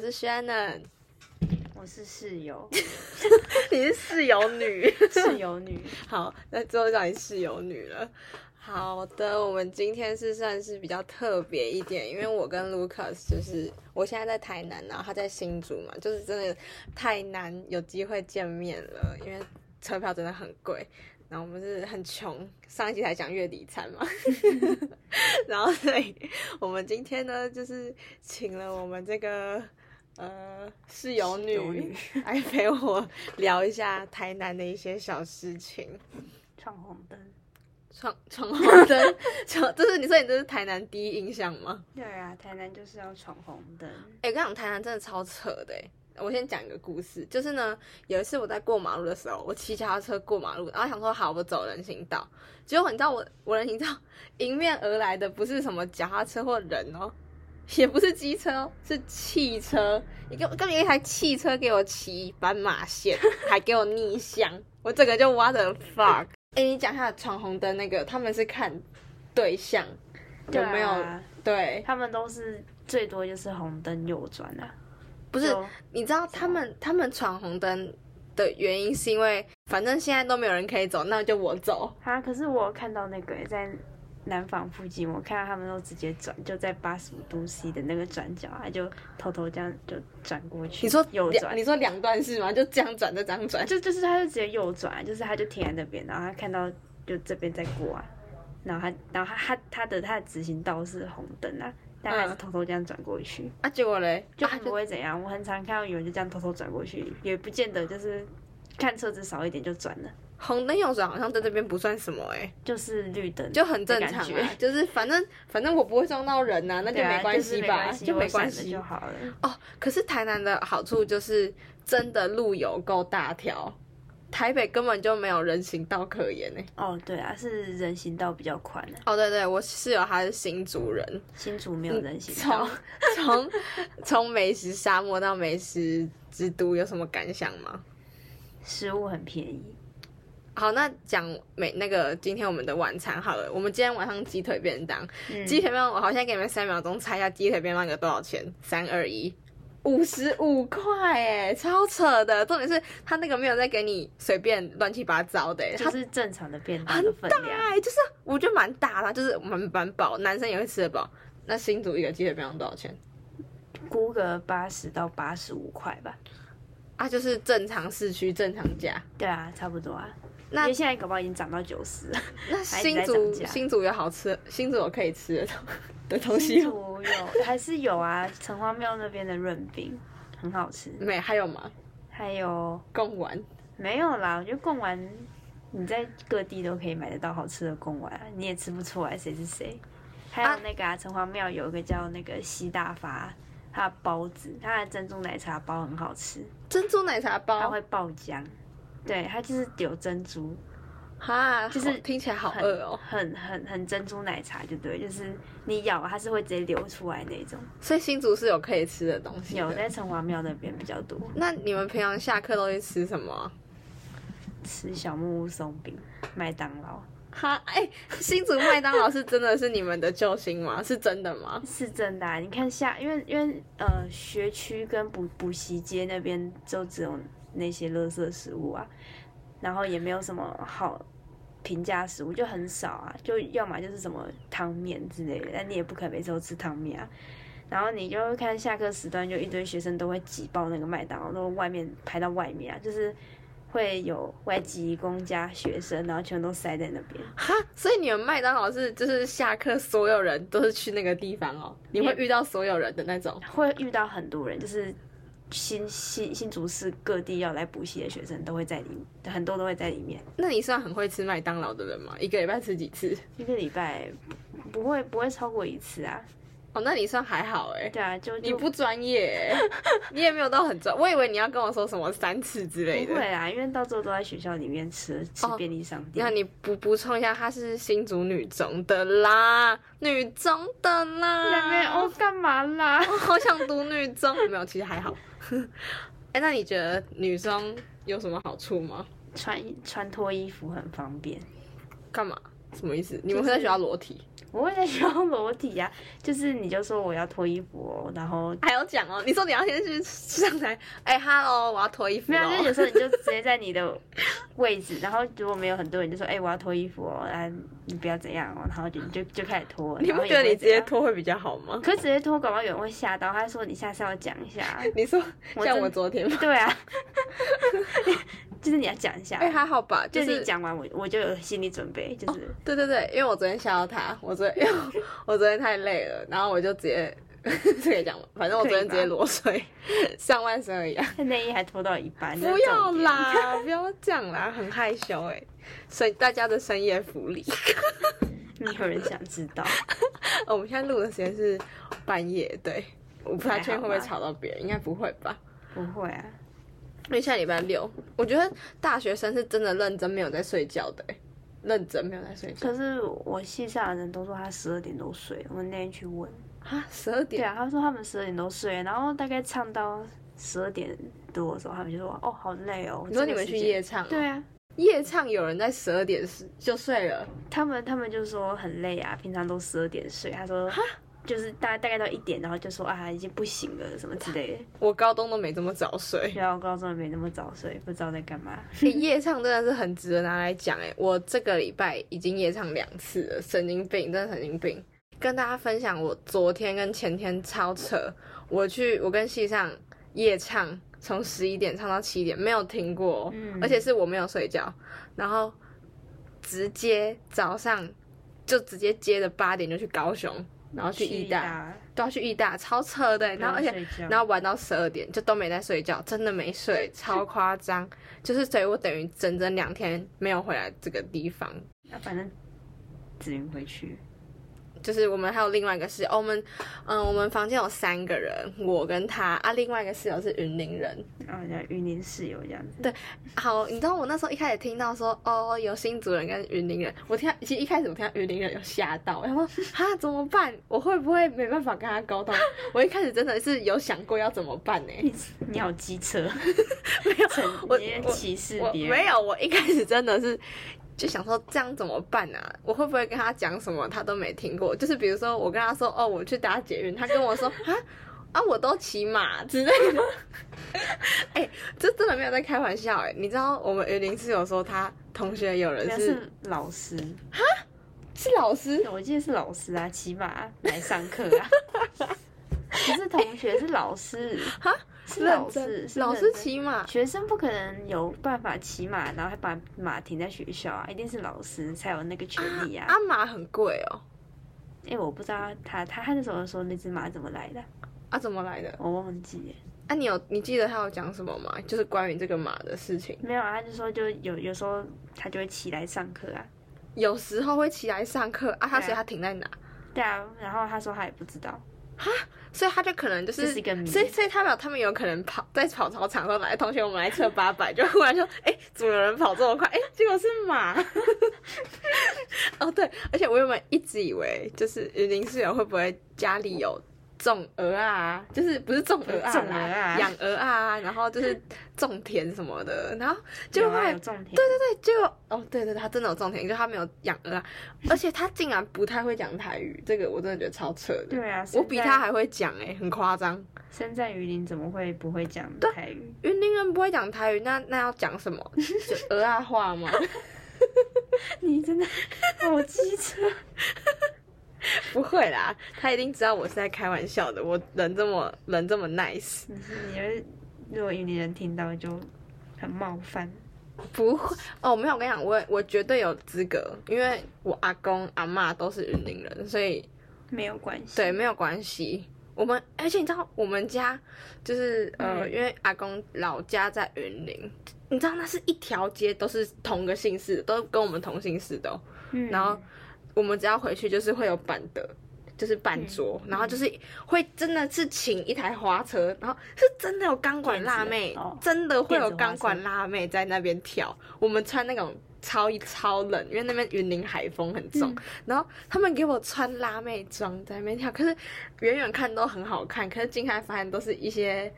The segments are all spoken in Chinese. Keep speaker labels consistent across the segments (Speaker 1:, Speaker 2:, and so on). Speaker 1: 是 Shannon，
Speaker 2: 我是室友，
Speaker 1: 你是室友女。
Speaker 2: 室友女，
Speaker 1: 好，那最后叫你室友女了。好的，我们今天是算是比较特别一点，因为我跟 Lucas 就是我现在在台南，然后他在新竹嘛，就是真的太难有机会见面了，因为车票真的很贵。然后我们是很穷，上一期才讲月底餐 嘛，然后所以我们今天呢，就是请了我们这个呃室友
Speaker 2: 室友
Speaker 1: 女
Speaker 2: 女
Speaker 1: 来陪我聊一下台南的一些小事情。
Speaker 2: 闯红灯。
Speaker 1: 闯闯红灯，闯这是你说你这是台南第一印象吗？
Speaker 2: 对啊，台南就是要闯红灯。
Speaker 1: 哎、我跟你讲，台南真的超扯的、欸。我先讲一个故事，就是呢，有一次我在过马路的时候，我骑脚踏车过马路，然后想说好，我走人行道。结果你知道我我人行道迎面而来的不是什么脚踏车或人哦，也不是机车哦，是汽车。你给我根本有一台汽车给我骑斑马线，还给我逆向，我整个就 what the fuck。哎、你讲一下闯红灯那个，他们是看对象有没有？
Speaker 2: 对啊
Speaker 1: 对，
Speaker 2: 他们都是最多就是红灯右转啊，
Speaker 1: 不是
Speaker 2: 就
Speaker 1: 你知道他们他们闯红灯的原因是因为，反正现在都没有人可以走，那就我走。
Speaker 2: 啊，可是我有看到那个欸在南坊附近，我看到他们都直接转，就在八十五度 C 的那个转角，他就偷偷这样就转过去。
Speaker 1: 你说
Speaker 2: 右
Speaker 1: 两，
Speaker 2: 转
Speaker 1: 你，说两段是吗？就这样转，就这样转。
Speaker 2: 啊就就是他就直接右转，啊就是他就停在那边，然后他看到就这边在过啊，然后他然后他他他的他的直行道是红灯啊，但他还是
Speaker 1: 嗯
Speaker 2: 偷偷这样转过去，
Speaker 1: 啊，结果嘞，
Speaker 2: 就
Speaker 1: 啊
Speaker 2: 不会怎样。我很常看到有人就这样偷偷转过去，也不见得就是看车子少一点就转了，
Speaker 1: 红灯右转好像在这边不算什么哎、欸
Speaker 2: 就是绿灯
Speaker 1: 就很正常
Speaker 2: 的
Speaker 1: 啊
Speaker 2: 感觉。
Speaker 1: 就是反正反正我不会撞到人呐、啊，那就
Speaker 2: 对啊
Speaker 1: 没关系吧，
Speaker 2: 就是
Speaker 1: 就没
Speaker 2: 没
Speaker 1: 关
Speaker 2: 关系，我闪了
Speaker 1: 系
Speaker 2: 就。好了。
Speaker 1: 哦，可是台南的好处就是真的路有够大条，台北根本就没有人行道可言哎、欸
Speaker 2: 哦，对啊，是人行道比较宽啊，
Speaker 1: 哦，对对，我室友他是新竹人，
Speaker 2: 新竹
Speaker 1: 嗯
Speaker 2: 没有人行道
Speaker 1: 从。从从美食沙漠到美食之都有什么感想吗？
Speaker 2: 食物很便宜，
Speaker 1: 好，那讲美那个今天我们的晚餐好了，我们今天晚上鸡腿便当，
Speaker 2: 嗯
Speaker 1: 鸡腿便当我好现在给你们三秒钟猜一下鸡腿便当有多少钱？三二一。五十五块哎，超扯的！重点是他那个没有再给你随便乱七八糟的欸，
Speaker 2: 就
Speaker 1: 他
Speaker 2: 是正常的便当的分量。
Speaker 1: 哎，就是我觉得蛮大啦，就是蛮蛮饱，男生也会吃得饱。那新竹一个鸡腿便当多少钱？
Speaker 2: 估个八十到八十五块吧。
Speaker 1: 啊，就是正常市区正常价。
Speaker 2: 对啊，差不多啊。
Speaker 1: 那
Speaker 2: 因为现在搞不好已经涨到九十了。
Speaker 1: 那
Speaker 2: 孩子
Speaker 1: 新
Speaker 2: 在
Speaker 1: 竹
Speaker 2: 涨价
Speaker 1: 新竹有好吃的，新竹有可以吃 的东的 东西
Speaker 2: 新
Speaker 1: 吗
Speaker 2: 竹 有还是有啊，城隍庙那边的润饼很好吃，
Speaker 1: 没？还有吗？
Speaker 2: 还有
Speaker 1: 贡丸
Speaker 2: 没有啦？我觉得贡丸你在各地都可以买得到好吃的贡丸啊，你也吃不出来谁是谁。还有
Speaker 1: 啊
Speaker 2: 那个啊，城隍庙有一个叫那个西大发，它的包子，它的珍珠奶茶包很好吃，
Speaker 1: 珍珠奶茶
Speaker 2: 它
Speaker 1: 包
Speaker 2: 会爆浆，对，它就是有珍珠，
Speaker 1: 哈，
Speaker 2: 就
Speaker 1: 好
Speaker 2: 是
Speaker 1: 听起来好
Speaker 2: 很
Speaker 1: 饿哦。
Speaker 2: 很很很珍珠奶茶，就对，就是你咬它是会直接流出来那种。
Speaker 1: 所以新竹是有可以吃的东西
Speaker 2: 有
Speaker 1: 的。
Speaker 2: 在城隍庙那边比较多，
Speaker 1: 那你们平常下课都会吃什么？
Speaker 2: 吃小木屋松饼、麦当劳
Speaker 1: 哈，哎、新竹麦当劳是真的是你们的救星吗？是真的吗？
Speaker 2: 是真的、啊。你看下，因为因为呃学区跟补补习街那边就只有那些垃圾食物啊，然后也没有什么好。平价食物就很少啊，就要么就是什么汤面之类的，但你也不可能每次都吃汤面啊。然后你就看下课时段，就一堆学生都会挤爆那个麦当劳，都外面排到外面啊，就是会有外籍义工加学生，然后全都塞在那边。
Speaker 1: 哈，所以你们麦当劳是就是下课所有人都是去那个地方哦，你会
Speaker 2: 也
Speaker 1: 遇到所有人的那种。
Speaker 2: 会遇到很多人，就是新新新竹市各地要来补习的学生都会在里面，很多都会在里面。
Speaker 1: 那你算很会吃麦当劳的人吗？一个礼拜吃几次？
Speaker 2: 一个礼拜不不会不会超过一次啊，
Speaker 1: 哦，那你算还好哎、
Speaker 2: 对啊，就
Speaker 1: 你
Speaker 2: 就
Speaker 1: 不专业 欸、你也没有到很专。我以为你要跟我说什么三次之类
Speaker 2: 不
Speaker 1: 的。
Speaker 2: 会啦，因为到最后都在学校里面吃吃
Speaker 1: 哦
Speaker 2: 便利商店。
Speaker 1: 那你补补充一下，她是新竹女中的啦，女中的啦。
Speaker 2: 在那边哦，干嘛啦？
Speaker 1: 我好想读女中，没有，其实还好。 哎、那你觉得女中有什么好处吗？
Speaker 2: 穿穿脱衣服很方便，
Speaker 1: 干嘛？什么意思？你们会在学校裸体？
Speaker 2: 我会在学校裸体呀、就是你就说我要脱衣服哦，然后
Speaker 1: 还要讲哦？你说你要先去上台，哎、哈 h e l l o 我要脱衣服、哦。
Speaker 2: 没有，啊就有时候你就直接在你的位置，然后如果没有很多人，就说哎、我要脱衣服哦，啊你不要怎样哦，然后就你就就开始脱。
Speaker 1: 你
Speaker 2: 然
Speaker 1: 不
Speaker 2: 后
Speaker 1: 觉得
Speaker 2: 也
Speaker 1: 你
Speaker 2: 会
Speaker 1: 直
Speaker 2: 怎
Speaker 1: 接
Speaker 2: 样？
Speaker 1: 脱会比较好吗？
Speaker 2: 可是直接脱，搞不好有人会吓到，他说你下次要讲一下。
Speaker 1: 你说
Speaker 2: 我
Speaker 1: 像
Speaker 2: 真
Speaker 1: 我昨天吗？
Speaker 2: 对啊，就是你要讲一下。
Speaker 1: 哎、还好吧，就
Speaker 2: 就是哦是你讲完我我就有心理准备，就是、
Speaker 1: 对对对，因为我昨天吓到他，我昨天因为 我我昨天太累了，然后我就直接 这个讲嘛，反正我
Speaker 2: 可以
Speaker 1: 昨天直接
Speaker 2: 吧
Speaker 1: 裸睡，上半身而已啊。
Speaker 2: 他内衣还脱到一半。这
Speaker 1: 不
Speaker 2: 是
Speaker 1: 要
Speaker 2: 重点，
Speaker 1: 啦， 不要这样啦，很害羞哎、所以大家的深夜福利，
Speaker 2: 没有人想知道。
Speaker 1: 我们现在录的时间是半夜，对，我不太确定会不会
Speaker 2: 还好吧
Speaker 1: 吵到别人，应该不会吧。
Speaker 2: 不会啊，
Speaker 1: 因为下礼拜六，我觉得大学生是真的认真没有在睡觉的、欸，认真没有在睡觉
Speaker 2: 可是我系上的人都说他十二点都睡。我们那天去问，
Speaker 1: 啊，十二
Speaker 2: 对
Speaker 1: 点，
Speaker 2: 啊，他说他们十二点都睡，然后大概唱到十二点多的时候，他们就说哦好累哦。
Speaker 1: 你说你
Speaker 2: 这个
Speaker 1: 们
Speaker 2: 时
Speaker 1: 去
Speaker 2: 间
Speaker 1: 夜唱、
Speaker 2: 对，啊，
Speaker 1: 夜唱有人在十二点就睡了，
Speaker 2: 他们他们就说很累啊，平常都十二点睡。他说就是大大概到一点，然后就说啊已经不行了什么之类的。
Speaker 1: 我高中都没这么早 睡。
Speaker 2: 然后我高中也没那么早睡，不知道在干嘛。
Speaker 1: 欸夜唱真的是很值得拿来讲哎、我这个礼拜已经夜唱两次了，神经病，真的神经病。跟大家分享，我昨天跟前天超扯，我去我跟系上夜唱，从十一点唱到七点，没有停过哦、
Speaker 2: 嗯
Speaker 1: 而且是我没有睡觉，然后直接早上就直接接着八点就去高雄，然后去义大，都要去义大，超扯的欸、
Speaker 2: 义大，
Speaker 1: 然后而且
Speaker 2: 不啊用睡觉
Speaker 1: 然后玩到十二点，就都没在睡觉，真的没睡，超夸张。就是所以我等于整整两天没有回来这个地方。
Speaker 2: 啊反正子云回去，
Speaker 1: 就是我们还有另外一个室友，哦我们嗯，我们房间有三个人，我跟他啊，另外一个室友是云林人。
Speaker 2: 然后叫云林室友这样子。
Speaker 1: 好，你知道我那时候一开始听到说哦有新族人跟云林人，我听到其实一开始我听到云林人有吓到，然后哈怎么办？我会不会没办法跟他沟通？我一开始真的是有想过要怎么办呢、欸
Speaker 2: 你 你好机车， 没有
Speaker 1: 我
Speaker 2: 你
Speaker 1: 我
Speaker 2: 歧视
Speaker 1: 我
Speaker 2: 别人，
Speaker 1: 没有，我一开始真的是就想说这样怎么办啊？我会不会跟他讲什么他都没听过？就是比如说我跟他说哦，我去搭捷运，他跟我说 啊啊，我都骑马之类的。 哎、这真的没有在开玩笑哎、你知道我们园林室有说他同学有人
Speaker 2: 那
Speaker 1: 是
Speaker 2: 是老师，
Speaker 1: 是老师，
Speaker 2: 我记得是老师啊，骑马来上课啊，不是同学，是老师
Speaker 1: 哈，
Speaker 2: 是老
Speaker 1: 认
Speaker 2: 师，
Speaker 1: 真
Speaker 2: 是
Speaker 1: 老
Speaker 2: 认
Speaker 1: 师
Speaker 2: 真。
Speaker 1: 骑马。
Speaker 2: 学生不可能有办法骑马，然后还把马停在学校啊，一定是老师才有那个权利啊
Speaker 1: 啊。，马很贵哦，
Speaker 2: 因为我不知道他他他那时候说那只马怎么来的，
Speaker 1: 啊怎么来的？
Speaker 2: 我忘记了。
Speaker 1: 啊你有你记得他有讲什么吗？就是关于这个马的事情。
Speaker 2: 没有啊，他就说就有有时候他就会起来上课啊，
Speaker 1: 有时候会骑来上课啊，他
Speaker 2: 对啊
Speaker 1: 所以他停在哪？
Speaker 2: 对啊，然后他说他也不知道，
Speaker 1: 所以他就可能就是，
Speaker 2: 这是一个谜
Speaker 1: 所以所以他们有他们有可能跑在跑操场上来，同学我们来测八百，就忽然说，哎、怎么有人跑这么快？哎、结果是马。 哦对，而且我原本一直以为就是云林室友会不会家里有种鹅啊，就是不是种鹅啊啦，
Speaker 2: 种鹅啊
Speaker 1: 养鹅啊，然后就是种田什么的，然后结
Speaker 2: 就
Speaker 1: 果后来
Speaker 2: 有种田，对对对，
Speaker 1: 结果哦，对对对，他真的有种田，就他没有养鹅啊，而且他竟然不太会讲台语，这个我真的觉得超扯的。
Speaker 2: 对啊，
Speaker 1: 我比他还会讲哎、很夸张。
Speaker 2: 身在榆林怎么会不会讲台语？
Speaker 1: 云林人不会讲台语，那那要讲 什么？就鹅啊话 吗？
Speaker 2: 你真 的好机车，
Speaker 1: 不会啦，他一定知道我是在开玩笑的。我人这么人这么 nice，
Speaker 2: 你是你会如果榆林人听到就很冒犯，
Speaker 1: 不会哦。没有，我跟你讲，我我绝对有资格，因为我阿公阿妈都是云林人，所以
Speaker 2: 没有关系，
Speaker 1: 对，没有关系。我们而且你知道，我们家就是呃，
Speaker 2: 嗯
Speaker 1: 因为阿公老家在云林，你知道那是一条街都是同个姓氏的，都跟我们同姓氏的哦、
Speaker 2: 嗯，
Speaker 1: 然后我们只要回去就是会有板的，就是板桌，
Speaker 2: 嗯
Speaker 1: 然后就是会真的是请一台花车，然后是真的有钢管辣妹，
Speaker 2: 电子哦
Speaker 1: 真的会有
Speaker 2: 电子花车
Speaker 1: 钢管辣妹在那边跳。我们穿那种超超冷，因为那边云林海风很重，
Speaker 2: 嗯
Speaker 1: 然后他们给我穿辣妹装在那边跳，可是远远看都很好看，可是近看发现都是一些。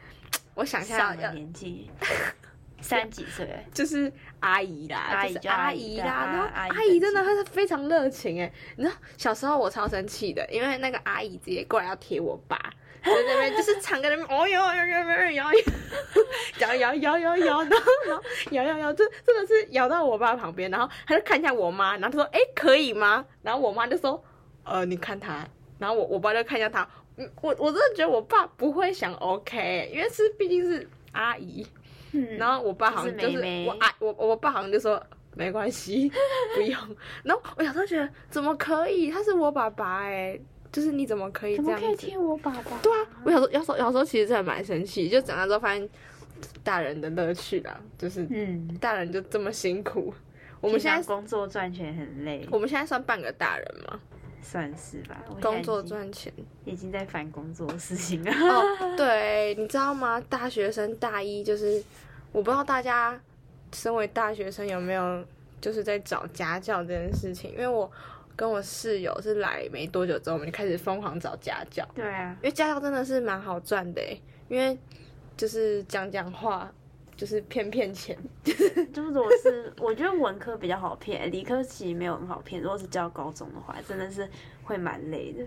Speaker 1: 我想一下
Speaker 2: 上
Speaker 1: 要
Speaker 2: 了年纪， 三十几岁，
Speaker 1: 就是阿姨啦，
Speaker 2: 阿姨
Speaker 1: 就是
Speaker 2: 就阿
Speaker 1: 阿
Speaker 2: 姨
Speaker 1: 姨
Speaker 2: 对
Speaker 1: 啦。
Speaker 2: 啊
Speaker 1: 然后
Speaker 2: 阿姨
Speaker 1: 阿
Speaker 2: 等
Speaker 1: 姨真的
Speaker 2: 级
Speaker 1: 她是非常热情哎，你知道小时候我超生气的，因为那个阿姨直接过来要贴我爸， 就在那边就是常跟那边哦呦呦呦呦呦 摇摇摇摇摇， 然后然后摇摇摇，真真的是摇到我爸旁边，然后他就看向我妈，然后他说哎、可以吗？然后我妈就说呃你看他，然后我我爸就看向他，嗯我我真的觉得我爸不会想 OK，因为是毕竟是阿姨。
Speaker 2: 嗯，
Speaker 1: 然后我爸好像
Speaker 2: 就
Speaker 1: 就是是
Speaker 2: 妹妹
Speaker 1: 我啊，我我爸好像就说没关系， 不用。然后我小时候觉得怎么可以？他是我爸爸哎、就是你怎么可以
Speaker 2: 怎
Speaker 1: 这
Speaker 2: 么
Speaker 1: 样
Speaker 2: 可以
Speaker 1: 子？
Speaker 2: 贴我爸爸？
Speaker 1: 对啊，我小时候，小时候，小时候其实真的蛮生气，就长大之后发现大人的乐趣啦，就是
Speaker 2: 嗯，
Speaker 1: 大人就这么辛苦。我们
Speaker 2: 平
Speaker 1: 现
Speaker 2: 常
Speaker 1: 在
Speaker 2: 工作赚钱很累，
Speaker 1: 我们现在算半个大人嘛，
Speaker 2: 算是吧。我现在
Speaker 1: 工作
Speaker 2: 已经
Speaker 1: 赚钱。
Speaker 2: 已经在烦工作的事情了。
Speaker 1: 哦，对，你知道吗？大学生大一就是，我不知道大家身为大学生有没有就是在找家教这件事情，因为我跟我室友是来没多久之后，我们就开始疯狂找家教，
Speaker 2: 对啊
Speaker 1: 因，为家教真的是蛮好赚的欸，因为就是讲讲话。就是骗骗钱，
Speaker 2: 就是如果是我觉得文科比较好骗，理科其实没有很好骗。如果是教高中的话，真的是会蛮 累的。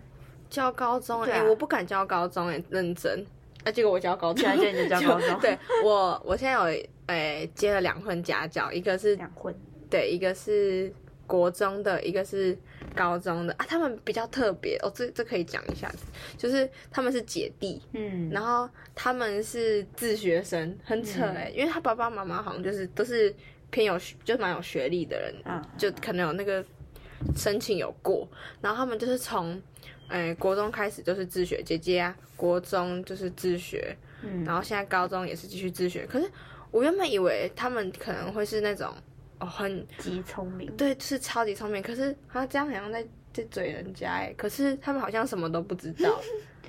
Speaker 1: 教高中哎、
Speaker 2: 对啊
Speaker 1: 我不敢教高中哎、认真，啊，结果我教高 中，
Speaker 2: 对啊对你教高中
Speaker 1: 对我我现在有哎、接了两份家教，一个是
Speaker 2: 两混，
Speaker 1: 对，一个是国中的，一个是高中的啊。他们比较特别哦，这这可以讲一下，就是他们是姐弟，
Speaker 2: 嗯，
Speaker 1: 然后他们是自学生，很扯
Speaker 2: 嗯
Speaker 1: 哎、因为他爸爸妈妈好像就是都是偏有学就蛮有学历的人，
Speaker 2: 嗯
Speaker 1: 就可能有那个申请有过，然后他们就是从。哎，国中开始就是自学，姐姐啊，国中就是自学，
Speaker 2: 嗯，
Speaker 1: 然后现在高中也是继续自学。可是我原本以为他们可能会是那种哦很
Speaker 2: 极聪明，
Speaker 1: 对，就是超级聪明。可是他这样好像在在嘴人家哎，可是他们好像什么都不知 道，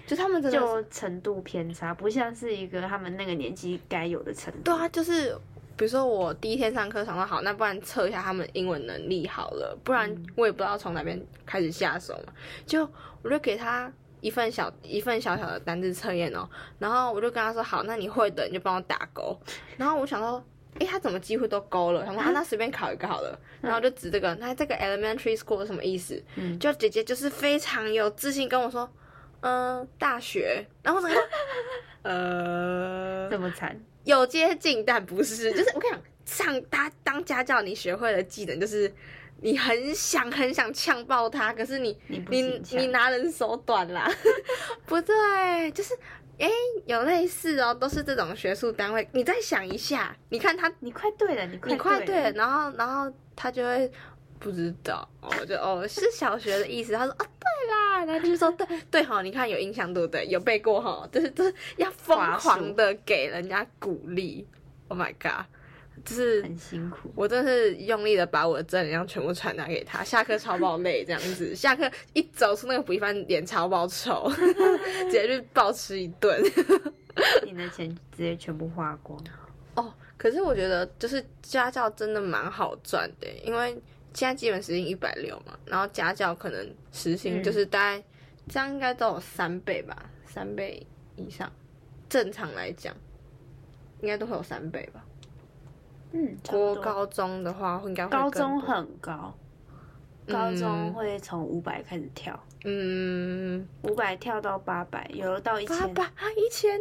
Speaker 1: 就他们真的是
Speaker 2: 就程度偏差，不像是一个他们那个年纪该有的程度。
Speaker 1: 对啊，就是比如说我第一天上课想说好，那不然测一下他们英文能力好了，不然
Speaker 2: 嗯
Speaker 1: 我也不知道从哪边开始下手嘛。就我就给他一份小一份小小的单字测验哦，然后我就跟他说好，那你会的你就帮我打勾。然后我想说。诶，他怎么几乎都勾了？他
Speaker 2: 嗯
Speaker 1: 说啊，那随便考一个好了。然后我就指这个，那这个 elementary school 是什么意思？
Speaker 2: 嗯
Speaker 1: 就姐姐就是非常有自信跟我说，嗯、大学。然后呢， 呃，
Speaker 2: 这么惨，
Speaker 1: 有接近，但不是，就是我跟你讲，上他当家教，你学会了技能，就是你很想很想呛爆他，可是你
Speaker 2: 你不
Speaker 1: 你
Speaker 2: 行呛
Speaker 1: 你拿人手短啦， 不对，就是哎、有类似哦，都是这种学术单位，你再想一下，你看他，
Speaker 2: 你快对了，你快
Speaker 1: 你快对了，
Speaker 2: 对了，
Speaker 1: 然后然后他就会。不知道，哦，就哦是小学的意思。他说啊，对啦，然后就说对对好，你看有印象对不对？有背过哈，就是就是要疯
Speaker 2: 话术
Speaker 1: 狂的给人家鼓励。Oh my god，就是
Speaker 2: 很辛苦。
Speaker 1: 我真是用力的把我的正能量全部传达给他。下课超爆累这样子，下课一走出那个补习班，脸超爆臭， 直接就暴吃一顿。
Speaker 2: 你的钱直接全部花光，
Speaker 1: 哦，可是我觉得就是家教真的蛮好赚的，因为现在基本时薪一百六嘛，然后家教可能时
Speaker 2: 嗯
Speaker 1: 薪就是大概、这样应该都有三倍吧，三倍以上，正常来讲应该都会有三倍吧。
Speaker 2: 嗯，差不
Speaker 1: 国
Speaker 2: 多
Speaker 1: 高中的话应该会
Speaker 2: 高中
Speaker 1: 更多
Speaker 2: 很高，高中
Speaker 1: 嗯
Speaker 2: 会从五百开始跳，
Speaker 1: 嗯
Speaker 2: 五百跳到八百，有的到一
Speaker 1: 八
Speaker 2: 千，
Speaker 1: 百啊一千，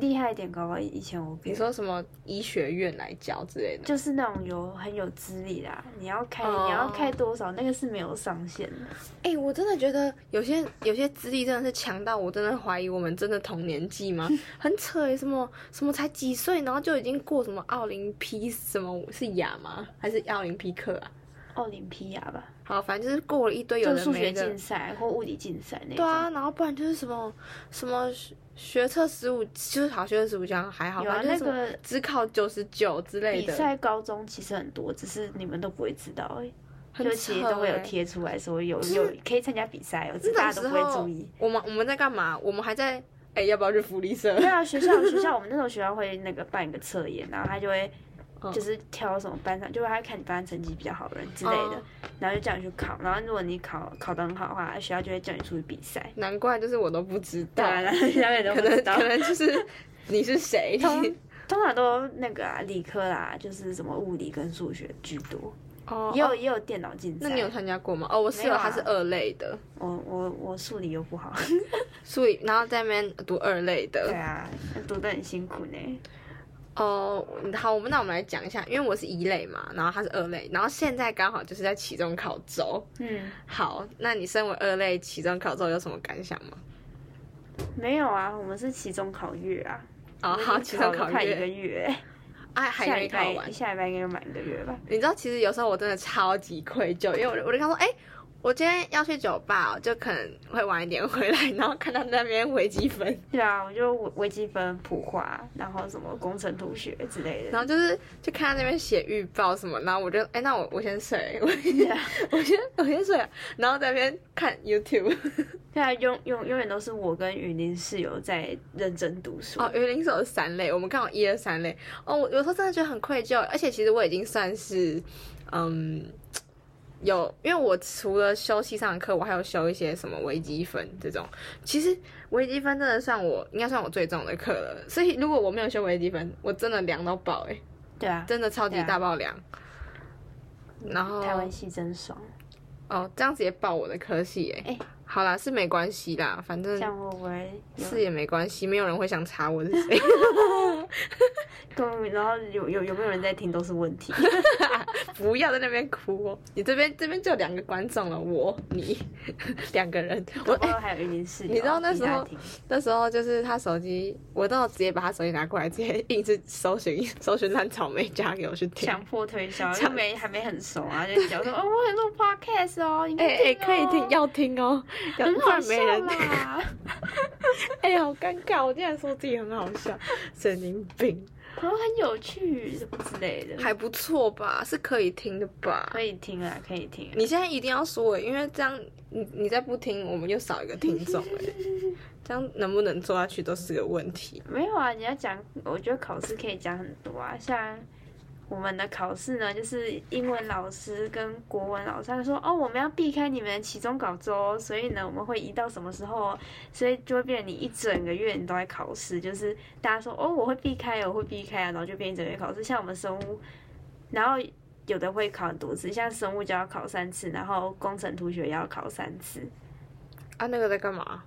Speaker 2: 厉害一点搞到一千五。
Speaker 1: 你说什么医学院来教之类的？
Speaker 2: 就是那种有很有资历啦，你要开、
Speaker 1: 哦
Speaker 2: 你要开多少，那个是没有上限的。
Speaker 1: 哎、我真的觉得有些有些资历真的是强到我真的怀疑我们真的同年纪 吗？很扯哎、什么什么才几岁，然后就已经过什么奥林匹什么是亚吗？还是奥林匹克啊？
Speaker 2: 奥林匹亚吧，
Speaker 1: 好，反正就是过了一堆有
Speaker 2: 就
Speaker 1: 的
Speaker 2: 数
Speaker 1: 没
Speaker 2: 学
Speaker 1: 的
Speaker 2: 竞。赛或物理竞赛那种。
Speaker 1: 对啊，然后不然就是什么什么学学测十五，就是好学测十五讲还好，
Speaker 2: 有啊
Speaker 1: 反正就是
Speaker 2: 那
Speaker 1: 什么
Speaker 2: 个
Speaker 1: 只考九十九之类
Speaker 2: 比
Speaker 1: 的，
Speaker 2: 赛高中其实很多，只是你们都不会知道而已。就其实
Speaker 1: 扯
Speaker 2: 都会有
Speaker 1: 欸
Speaker 2: 贴出来说有有可以参加比赛哦，
Speaker 1: 这
Speaker 2: 只是大
Speaker 1: 种
Speaker 2: 家
Speaker 1: 时
Speaker 2: 都不会注
Speaker 1: 候
Speaker 2: 意。，
Speaker 1: 我们我们在干嘛？我们还在哎、要不要去福利社？
Speaker 2: 对啊，学校学校我们那时候学校会那个办一个测验，然后他就会
Speaker 1: 嗯
Speaker 2: 就是挑什么班上，就会他看你班上成绩比较好的人之类的
Speaker 1: 哦，
Speaker 2: 然后就叫你去考。然后如果你考考得很好的话，学校就会叫你出去比赛。
Speaker 1: 难怪就是我都不知道，
Speaker 2: 对啊，然后下面都
Speaker 1: 可
Speaker 2: 不 知
Speaker 1: 能
Speaker 2: 道
Speaker 1: 可。能就是你是谁，
Speaker 2: 通通常都那个啊，理科啦，就是什么物理跟数学居多，
Speaker 1: 哦
Speaker 2: 也有、
Speaker 1: 哦
Speaker 2: 也有电脑竞赛。
Speaker 1: 那你有参加过吗？哦，我室
Speaker 2: 没有
Speaker 1: 友
Speaker 2: 啊
Speaker 1: 他是二类的，
Speaker 2: 我我我数理又不 好，
Speaker 1: 所以然后在那边读二类
Speaker 2: 对
Speaker 1: 的。
Speaker 2: 啊，读得很辛苦呢。
Speaker 1: 哦，好，我们那我们来讲一下，因为我是一类嘛，然后他是二类，然后现在刚好就是在期中考周。
Speaker 2: 嗯，
Speaker 1: 好，那你身为二类期中考周有什么感想吗？
Speaker 2: 没有啊，我们是期中考月啊，
Speaker 1: 哦，
Speaker 2: 我已
Speaker 1: 好，
Speaker 2: 经
Speaker 1: 期中考
Speaker 2: 了快一个
Speaker 1: 月，
Speaker 2: 月，
Speaker 1: 哎，还
Speaker 2: 下
Speaker 1: 没
Speaker 2: 礼
Speaker 1: 考完
Speaker 2: 拜。下礼拜应该就满一个月吧。
Speaker 1: 你知道，其实有时候我真的超级愧疚，因为我就我就跟他说，哎、我今天要去酒吧哦，就可能会晚一点回来，然后看到那边微积分，
Speaker 2: 对啊，我就微微积分、普化，然后什么工程图学之类的。
Speaker 1: 然后就是就看到那边写预报什么，然后我就，哎、那我我先睡，我先我先我先睡，然后在那边看 YouTube。
Speaker 2: 对啊，永永永远都是我跟雨林室友在认真读书。
Speaker 1: 哦，鱼鳞手是三类，我们刚好一二三类。哦，我有时候真的觉得很愧疚，而且其实我已经算是，嗯，有，因为我除了修西上的课，我还有修一些什么微积分这种。其实微积分真的算我应该算我最重的课了，所以如果我没有修微积分，我真的凉到爆哎、
Speaker 2: 对啊，
Speaker 1: 真的超级
Speaker 2: 对啊
Speaker 1: 大爆凉。然后
Speaker 2: 台湾系真爽，
Speaker 1: 哦，这样子也爆我的科系哎、
Speaker 2: 哎
Speaker 1: 好啦，是没关系啦，反
Speaker 2: 这
Speaker 1: 正
Speaker 2: 样会不会有
Speaker 1: 是也没关系，没有人会想查我是 谁。
Speaker 2: 跟然后有有有没有人在听都是 问题。
Speaker 1: 不要在那边哭、哦，你这边这边就两个观众了，我你 两个人。 我、
Speaker 2: 我
Speaker 1: 哎，
Speaker 2: 还有一名室友，
Speaker 1: 你知道那时候
Speaker 2: 比他听
Speaker 1: 那时候就是他手机，我都有直接把他手机拿过来，直接硬是搜寻搜寻烂草莓加给我去听。
Speaker 2: 强迫推销，
Speaker 1: 强
Speaker 2: 就没还没很熟啊，就 讲说哦，我很录 podcast 哦，你
Speaker 1: 哎
Speaker 2: 可
Speaker 1: 哎、
Speaker 2: 以
Speaker 1: 可以
Speaker 2: 哦
Speaker 1: 听，，要听哦，要
Speaker 2: 很
Speaker 1: 不
Speaker 2: 好
Speaker 1: 然没
Speaker 2: 笑
Speaker 1: 人。
Speaker 2: 啦。
Speaker 1: 哎、好尴尬，我竟然说自己很好笑，神经病。
Speaker 2: 然后很有趣什么之类的，
Speaker 1: 还不错吧，是可以听的吧
Speaker 2: 可？以听啊，可以听啊。
Speaker 1: 你现在一定要说、欸因为这样你你再不听，我们又少一个听众哎、 这样能不能做下去都是个问题。
Speaker 2: 没有啊，你要讲，我觉得考试可以讲很多啊，像。我们的考试呢，就是英文老师跟国文老师他说，哦，我们要避开你们的期中考周哦，所以呢，我们会移到什么时候哦？所以就会变成你一整个月你都在考试，就是大家说，哦，我会避开哦，我会避开啊，然后就变一整个月考试。像我们生物，然后有的会考很多次，像生物就要考三次，然后工程图学也要考三次。
Speaker 1: 啊，那个在干嘛？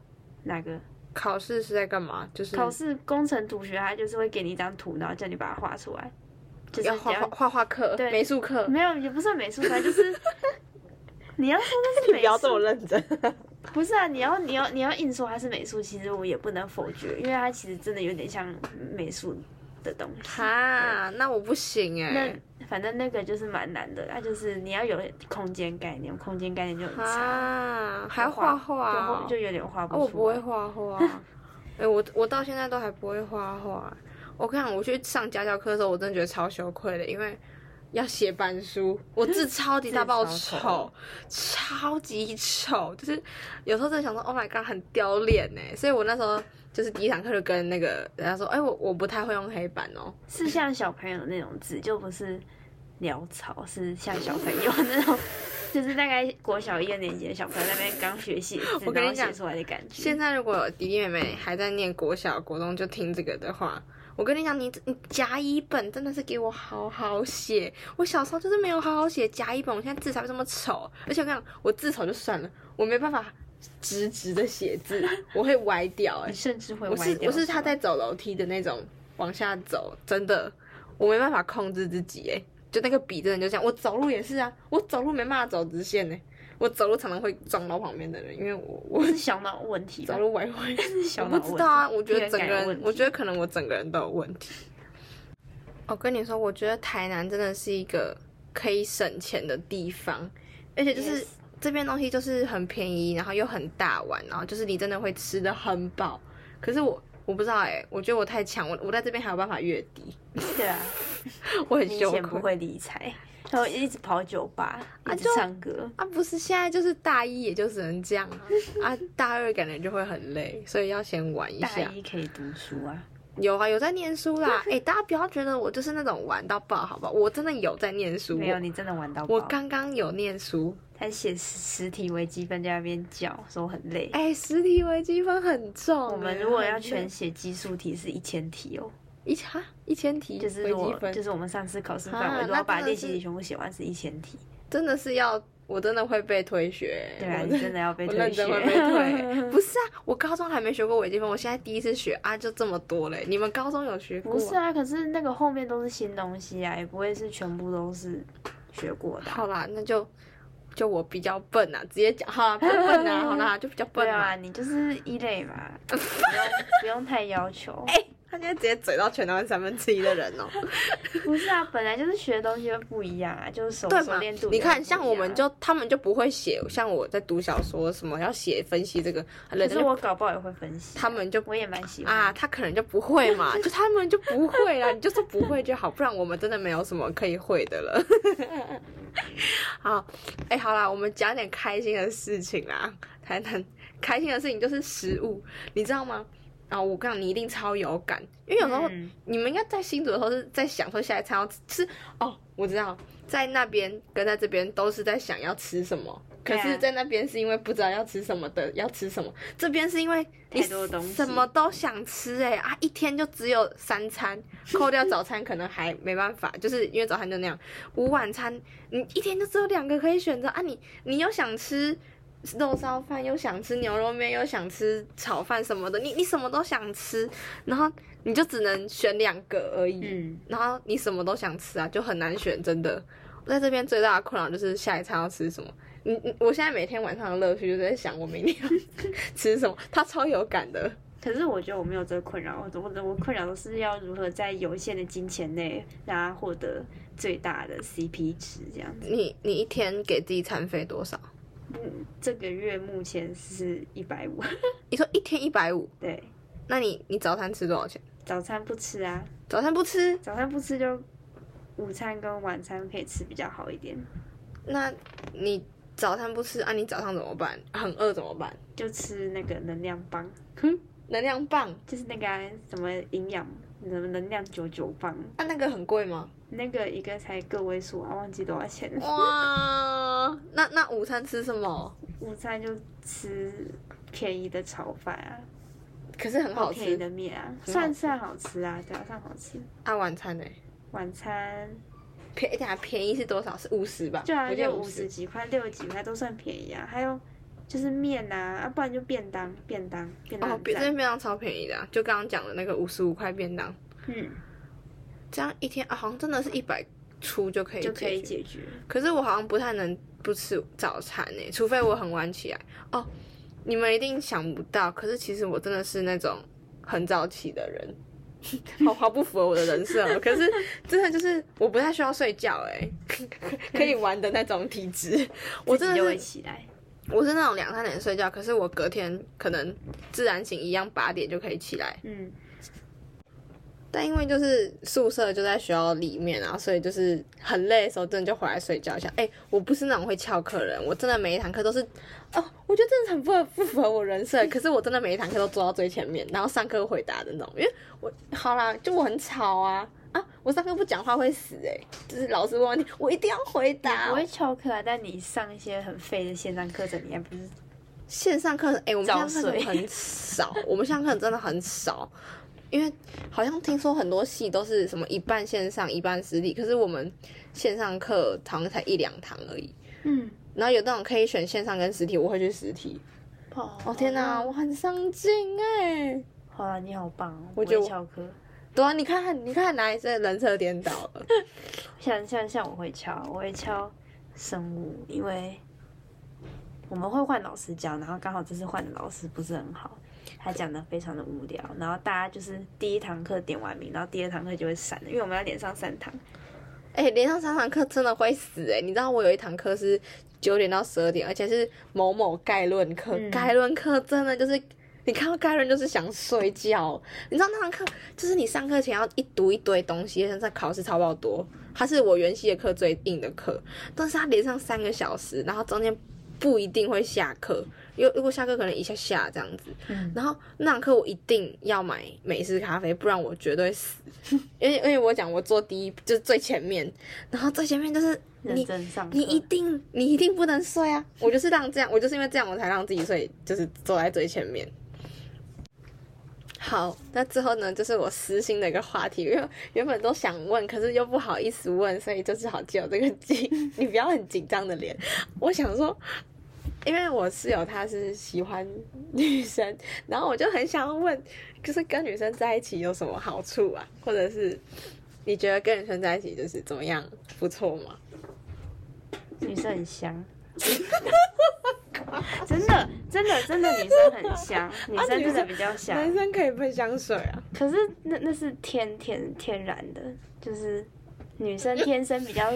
Speaker 2: 哪个？
Speaker 1: 考试是在干嘛？就是
Speaker 2: 考试工程图学，它就是会给你一张图，然后叫你把它画出来，就是
Speaker 1: 要画
Speaker 2: 只
Speaker 1: 画画画课、
Speaker 2: 对
Speaker 1: 美术课。
Speaker 2: 没有，也不算美术班，就是 你要说那是美术，
Speaker 1: 认真。
Speaker 2: 不是啊？你要你要你要硬说它是美术，其实我也不能否决，因为它其实真的有点像美术的东西。
Speaker 1: 哈，那我不行哎、
Speaker 2: 那反正那个就是蛮难的啦，它就是你要有空间概念，空间概念就很差，
Speaker 1: 啊，还要画画
Speaker 2: 就
Speaker 1: 哦、
Speaker 2: 会就有点画不
Speaker 1: 啊，
Speaker 2: 出来。
Speaker 1: 我不会画画。 哎、我我到现在都还不会画画。我跟你讲，我去上家教课的时候，我真的觉得超羞愧的，因为要写板书，我字超级大爆
Speaker 2: 字超
Speaker 1: 丑
Speaker 2: 丑，
Speaker 1: 超级丑，就是有时候真的想说，Oh my god，很丢脸哎。所以我那时候就是第一堂课就跟那个人家说，哎、我我不太会用黑板哦、
Speaker 2: 是像小朋友的那种字，就不是潦草，是像小朋友那种，就是大概国小一二年级的小朋友在那边刚学写字，
Speaker 1: 我跟
Speaker 2: 然
Speaker 1: 你
Speaker 2: 后
Speaker 1: 讲
Speaker 2: 写出来的感觉。
Speaker 1: 现在如果弟弟妹妹还在念国小、国中就听这个的话，我跟你讲，你你甲乙本真的是给我好好写。我小时候就是没有好好写甲乙本，我现在字才会这么丑。而且我跟你讲，我字丑就算了，我没办法直直的写字，我会歪掉、欸。
Speaker 2: 你甚至会
Speaker 1: 我
Speaker 2: 歪
Speaker 1: 是
Speaker 2: 掉
Speaker 1: 我是
Speaker 2: 吧
Speaker 1: 他在走楼梯的那种往下走，真的我没办法控制自己哎、就那个笔真的就这样，我走路也是啊，我走路没办法走直线呢、我走路常常会撞到旁边的人，因为我我
Speaker 2: 是小脑问题吧
Speaker 1: 走，路歪歪。
Speaker 2: 是小
Speaker 1: 我
Speaker 2: 脑
Speaker 1: 不
Speaker 2: 问题。
Speaker 1: 知道啊，我觉得整个
Speaker 2: 体验感有问
Speaker 1: 人，
Speaker 2: 题
Speaker 1: 我觉得可能我整个人都有问题。我跟你说，我觉得台南真的是一个可以省钱的地方，而且就是
Speaker 2: Yes
Speaker 1: 这边东西就是很便宜，然后又很大碗，然后就是你真的会吃的很饱。可是我我不知道哎、我觉得我太强，我我在这边还有办法越低，
Speaker 2: 对啊，
Speaker 1: 我很
Speaker 2: 你以
Speaker 1: 羞
Speaker 2: 前不
Speaker 1: 愧。
Speaker 2: 会理财，然后一直跑酒吧，一直
Speaker 1: 就
Speaker 2: 唱歌。
Speaker 1: 啊，不是，现在就是大一也就只能这样啊，啊，大二感觉就会很累，所以要先玩一
Speaker 2: 大
Speaker 1: 下。
Speaker 2: 一可以读书啊，
Speaker 1: 有啊，有在念书 啦。哎、大家不要觉得我就是那种玩到爆，好不好？我真的有在念书，
Speaker 2: 没有
Speaker 1: 我
Speaker 2: 你真的玩到
Speaker 1: 我
Speaker 2: 爆。
Speaker 1: 刚刚有念书。
Speaker 2: 他写实体微积分在那边叫，说很累。
Speaker 1: 哎、实体微积分很重欸。
Speaker 2: 我们如果
Speaker 1: 很
Speaker 2: 要
Speaker 1: 累
Speaker 2: 全写基数题是一千题哦，
Speaker 1: 一千啊一千题
Speaker 2: 就是
Speaker 1: 微积
Speaker 2: 我
Speaker 1: 分，
Speaker 2: 就是我们上次考试
Speaker 1: 啊
Speaker 2: 范围，如
Speaker 1: 那
Speaker 2: 果把
Speaker 1: 真的
Speaker 2: 练习
Speaker 1: 是
Speaker 2: 题全部写完是一千题，
Speaker 1: 真的是要我真的会被推学，
Speaker 2: 对啊，
Speaker 1: 哎我
Speaker 2: 你真的要被
Speaker 1: 我
Speaker 2: 退
Speaker 1: 认
Speaker 2: 学
Speaker 1: 真会。 被退，不是啊，我高中还没学过微积分，我现在第一次学啊，就这么多嘞。你们高中有学过？
Speaker 2: 不是啊，可是那个后面都是新东西啊，也不会是全部都是学过的啊、
Speaker 1: 好啦，那就就我比较笨啊，直接讲哈，比较笨 啊，好啦，就比较笨
Speaker 2: 对啊，
Speaker 1: 啊。
Speaker 2: 你就是一 类嘛，不用不用太要求。
Speaker 1: 他现在直接嘴到全台湾三分之一的人 哦、
Speaker 2: 不是啊，本来就是学的东西就不一样啊，就是熟
Speaker 1: 对
Speaker 2: 熟
Speaker 1: 嘛
Speaker 2: 练度。
Speaker 1: 你看，像我
Speaker 2: 啊
Speaker 1: 们，就他们就不会写，像我在读小说什么要写分析这个，啊
Speaker 2: 可
Speaker 1: 人家
Speaker 2: 是
Speaker 1: 就
Speaker 2: 我搞不好也会分析啊，
Speaker 1: 他们就
Speaker 2: 我也蛮喜欢
Speaker 1: 啊，他可能就不会 嘛，就他们就不会啦，你就说不会就好，不然我们真的没有什么可以会的 了。好，哎、好啦，我们讲点开心的事情啦，台南开心的事情就是食物，你知道吗？啊、我跟你讲，你一定超有感，因为有时候
Speaker 2: 嗯
Speaker 1: 你们应该在新竹的时候是在想说下一餐要吃，吃哦，我知道，在那边跟在这边都是在想要吃什么，可
Speaker 2: 对啊
Speaker 1: 是，在那边是因为不知道要吃什么的，要吃什么，这边是因为你
Speaker 2: 太多东西
Speaker 1: 什么都想吃哎、啊，一天就只有三 餐，扣掉早餐可能还没办法，就是因为早餐就那样，午晚餐你一天就只有两个可以选择啊你，你又想吃。肉烧饭又想吃牛肉面又想吃炒饭什么的，你你什么都想吃，然后你就只能选两个而已，
Speaker 2: 嗯，
Speaker 1: 然后你什么都想吃啊，就很难选，真的。我在这边最大的困扰就是下一餐要吃什么。你你，我现在每天晚上的乐趣就是在想我明天要吃什么， 他超有感的。
Speaker 2: 可是我觉得我没有这个困扰，我我我困扰的是要如何在有限的金钱内让它获得最大的 CP 值，这样子。
Speaker 1: 你你一天给自己餐费多少？
Speaker 2: 嗯，这个月目前是一百五，
Speaker 1: 你说一天一百五，
Speaker 2: 对，
Speaker 1: 那你你早餐吃多少钱？
Speaker 2: 早餐不吃啊，
Speaker 1: 早餐不吃，
Speaker 2: 早餐不吃就午餐跟晚餐可以吃比较好一点，
Speaker 1: 那你早餐不吃啊？你早上怎么办？很饿怎么办？
Speaker 2: 就吃那个能量棒，
Speaker 1: 能量棒，
Speaker 2: 就是那个啊、什么营养什么能量九九棒，
Speaker 1: 啊那个很贵吗？
Speaker 2: 那个一个才个位数啊，忘记多少钱了。
Speaker 1: 哇，那那午餐吃什么？
Speaker 2: 午餐就吃便宜的炒饭啊，
Speaker 1: 可是很好
Speaker 2: 便宜
Speaker 1: 吃。
Speaker 2: 的面啊，
Speaker 1: 吃
Speaker 2: 算算好吃啊，对啊，算好吃。
Speaker 1: 啊，晚餐呢、
Speaker 2: 晚餐
Speaker 1: 便等下便宜是多少？是五十吧？
Speaker 2: 对啊，
Speaker 1: 我记得
Speaker 2: 就五十
Speaker 1: 50。
Speaker 2: 几块、六十几块都算便宜啊。还有就是面啊，啊不然就便当，便当，便当
Speaker 1: 哦，
Speaker 2: 很
Speaker 1: 别这
Speaker 2: 赞。
Speaker 1: 边便当超便宜的啊、就刚刚讲的那个五十五块便当，
Speaker 2: 嗯，
Speaker 1: 这样一天啊，好像真的是一百出就可以
Speaker 2: 就可以
Speaker 1: 解决
Speaker 2: 解决。
Speaker 1: 可是我好像不太能不吃早餐呢、除非我很晚起来。哦，你们一定想不到，可是其实我真的是那种很早起的人，好好不符合我的人设、哦。可是真的就是我不太需要睡觉哎、 可以玩的那种体质。我真
Speaker 2: 自己就
Speaker 1: 的
Speaker 2: 会
Speaker 1: 是
Speaker 2: 起来。
Speaker 1: 我是那种两三点睡觉，可是我隔天可能自然醒一样八点就可以起来。
Speaker 2: 嗯，
Speaker 1: 但因为就是宿舍就在学校里面啊，所以就是很累的时候，真的就回来睡觉一下。哎、我不是那种会翘课的人，我真的每一堂课都是，哦，我觉得真的很不合不符合我人设。可是我真的每一堂课都坐到最前面，然后上课回答的那种。因为我好啦，就我很吵啊啊，我上课不讲话会死哎、就是老师问问题，我一定要回答
Speaker 2: 不。会翘课啊，但你上一些很废的线上课程，你还不是
Speaker 1: 线上课哎、我们
Speaker 2: 早
Speaker 1: 线上课
Speaker 2: 睡
Speaker 1: 很少， 我们线上课真的很少，因为好像听说很多系都是什么一半线上一半实体，可是我们线上课好像才一两堂而已。
Speaker 2: 嗯。
Speaker 1: 然后有那种可以选线上跟实体，我会去实体。
Speaker 2: 哦
Speaker 1: 哦天哪，我很上进哎、
Speaker 2: 好啊，你好棒哦！
Speaker 1: 我觉得
Speaker 2: 会
Speaker 1: 我
Speaker 2: 翘课，
Speaker 1: 对啊，你看，你看，哪一这人设颠倒了？
Speaker 2: 像像像我会翘，我会翘生物，因为我们会换老师教，然后刚好这次换的老师不是很好，他讲的非常的无聊，然后大家就是第一堂课点完名，然后第二堂课就会闪了，因为我们要连上三堂，
Speaker 1: 哎、连上三堂课真的会死哎、你知道我有一堂课是九点到十二点，而且是某某概论课。
Speaker 2: 嗯
Speaker 1: 概论课真的就是，你看到概论就是想睡觉。你知道那堂课就是你上课前要一读一堆东西，现在考试超爆多。它是我原系的课最硬的课，但是它连上三个小时，然后中间不一定会下课，因为如果下课可能一下下这样子。
Speaker 2: 嗯
Speaker 1: 然后那堂课我一定要买美式咖啡，不然我绝对死。因为因为我讲我坐第一就是最前面，然后最前面就是
Speaker 2: 认
Speaker 1: 你
Speaker 2: 真上课。
Speaker 1: 你一定你一定不能睡啊！我就是让这样，我就是因为这样我才让自己睡，就是走在最前面。好，那之后呢，就是我私心的一个话题，因为原本都想问，可是又不好意思问，所以就只好借我这个机。 你不要很紧张的脸，我想说，因为我室友她是喜欢女生，然后我就很想要问，就是跟女生在一起有什么好处啊？或者是你觉得跟女生在一起就是怎么样，不错吗？
Speaker 2: 女生很香。 真的，真的，真的，女生很香，女生真的比较香。
Speaker 1: 男啊生可以喷香水啊？
Speaker 2: 可是那那是天天天然的，就是女生天生比较，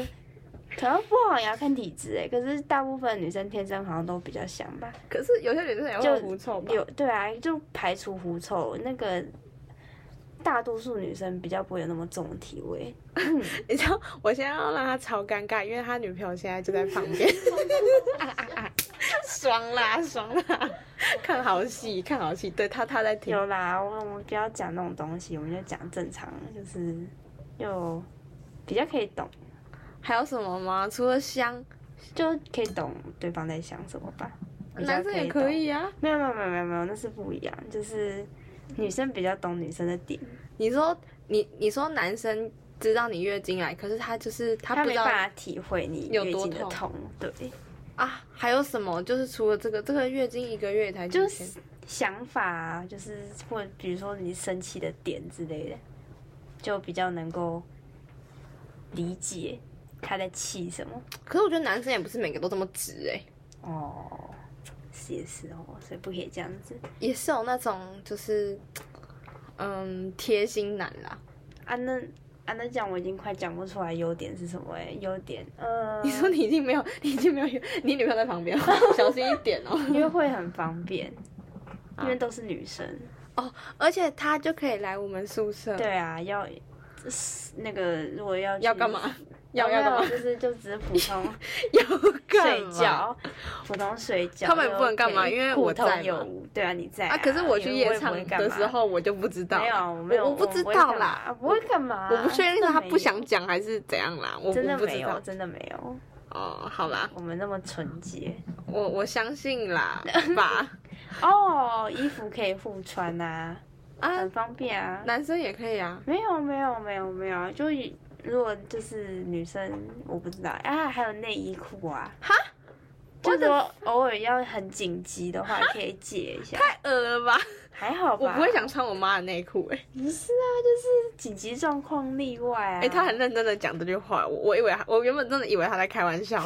Speaker 2: 可能不好也要看体质哎。可是大部分女生天生好像都比较香吧，
Speaker 1: 可是有些女生也会有狐臭吧？
Speaker 2: 有对啊，就排除狐臭那个。大多数女生比较不会有那么重的体味，
Speaker 1: 你知道，我现在要让他超尴尬，因为他女朋友现在就在旁边。 爽啦，爽啦！看好戏，看好戏。对他，他在听。
Speaker 2: 有啦，我我们不要讲那种东西，我们就讲正常，就是就比较可以懂，
Speaker 1: 还有什么吗？除了香，
Speaker 2: 就可以懂对方在想什么吧。比较
Speaker 1: 男生也
Speaker 2: 懂
Speaker 1: 可。以啊。
Speaker 2: 没有没有没有没有没有，那是不一样，就是女生比较懂女生的点，
Speaker 1: 你说，你你说男生知道你月经来，可是他就是他
Speaker 2: 她
Speaker 1: 不
Speaker 2: 没
Speaker 1: 知道
Speaker 2: 办法体会你
Speaker 1: 有
Speaker 2: 月
Speaker 1: 多
Speaker 2: 经的
Speaker 1: 痛
Speaker 2: 痛，对，
Speaker 1: 啊。还有什么？就是除了这个，这个月经一个月才几
Speaker 2: 就
Speaker 1: 天
Speaker 2: 是想法啊，就是或者比如说你生气的点之类的，就比较能够理解他在气什么。
Speaker 1: 可是我觉得男生也不是每个都这么直哎、
Speaker 2: 哦，是也是哦，所以不可以这样子
Speaker 1: 也是有那种就是嗯贴心男啦。
Speaker 2: 啊。那啊那讲我已经快讲不出来优点是什么哎、优点呃，
Speaker 1: 你说你已经没有， 你已经没有，你女朋友在旁边， 小心一点哦。
Speaker 2: 约会很方便，因为都是女生。
Speaker 1: 而且她就可以来我们宿舍，
Speaker 2: 对啊，要那个如果要
Speaker 1: 嗯要
Speaker 2: 去
Speaker 1: 干？嘛？
Speaker 2: 要
Speaker 1: 要要干嘛？
Speaker 2: 就是就只是普通
Speaker 1: 要 干
Speaker 2: 哦睡
Speaker 1: 嘛？
Speaker 2: 觉，普通睡觉。
Speaker 1: 他们也不能干嘛
Speaker 2: 又可以
Speaker 1: 因为
Speaker 2: 互
Speaker 1: 我
Speaker 2: 通
Speaker 1: 在嘛
Speaker 2: 有无。对啊，你在
Speaker 1: 啊！可是我去夜
Speaker 2: 因为我也
Speaker 1: 场
Speaker 2: 不会干嘛
Speaker 1: 的时，候，我就不知道，
Speaker 2: 哎没有，没有，
Speaker 1: 我不知道啦，
Speaker 2: 我不会干嘛啊，
Speaker 1: 我不确定是他不
Speaker 2: 真
Speaker 1: 想讲还是怎样啦，我
Speaker 2: 的没有，
Speaker 1: 我
Speaker 2: 真
Speaker 1: 不
Speaker 2: 的
Speaker 1: 知
Speaker 2: 没有，
Speaker 1: 道。
Speaker 2: 真的没有，
Speaker 1: 哦，好啦，
Speaker 2: 我们那么纯 洁。
Speaker 1: 我我相信 啦，吧。
Speaker 2: 哦，衣服可以互穿啊，
Speaker 1: 啊
Speaker 2: 很，方便啊。
Speaker 1: 男生也可以啊。
Speaker 2: 没有没有没有没有，就如果就是女生，我不知道啊，还有内衣裤啊，哈，就是说偶尔要很紧急的话可以借一下，
Speaker 1: 太恶了吧！
Speaker 2: 还好吧？
Speaker 1: 我不会，想穿我妈的内裤哎
Speaker 2: 不是啊，就是紧急状况例外啊。
Speaker 1: 哎，她很认真的讲这句话，我我以为她我原本真的以为她在开玩笑。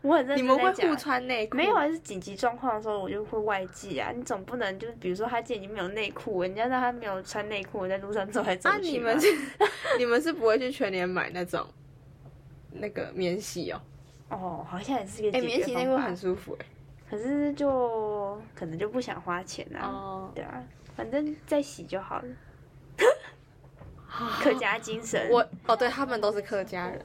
Speaker 2: 我很认
Speaker 1: 你
Speaker 2: 真
Speaker 1: 们
Speaker 2: 在
Speaker 1: 会互
Speaker 2: 讲。
Speaker 1: 穿内裤？
Speaker 2: 没有，啊，是紧急状况的时候，我就会外借啊。你总不能就是，比如说他今天已经没有内裤，人家让他没有穿内裤，在路上走来走
Speaker 1: 啊，
Speaker 2: 去。
Speaker 1: 你们是你们是不会去全年买那种那个免洗哦？
Speaker 2: 哦，好像也是个
Speaker 1: 哎、
Speaker 2: 解决
Speaker 1: 免洗内裤
Speaker 2: 方法
Speaker 1: 很舒服哎、
Speaker 2: 可是就可能就不想花钱啊。
Speaker 1: 哦，
Speaker 2: 对啊，反正再洗就 好了。客家精神，
Speaker 1: 我哦，对他们都是客家人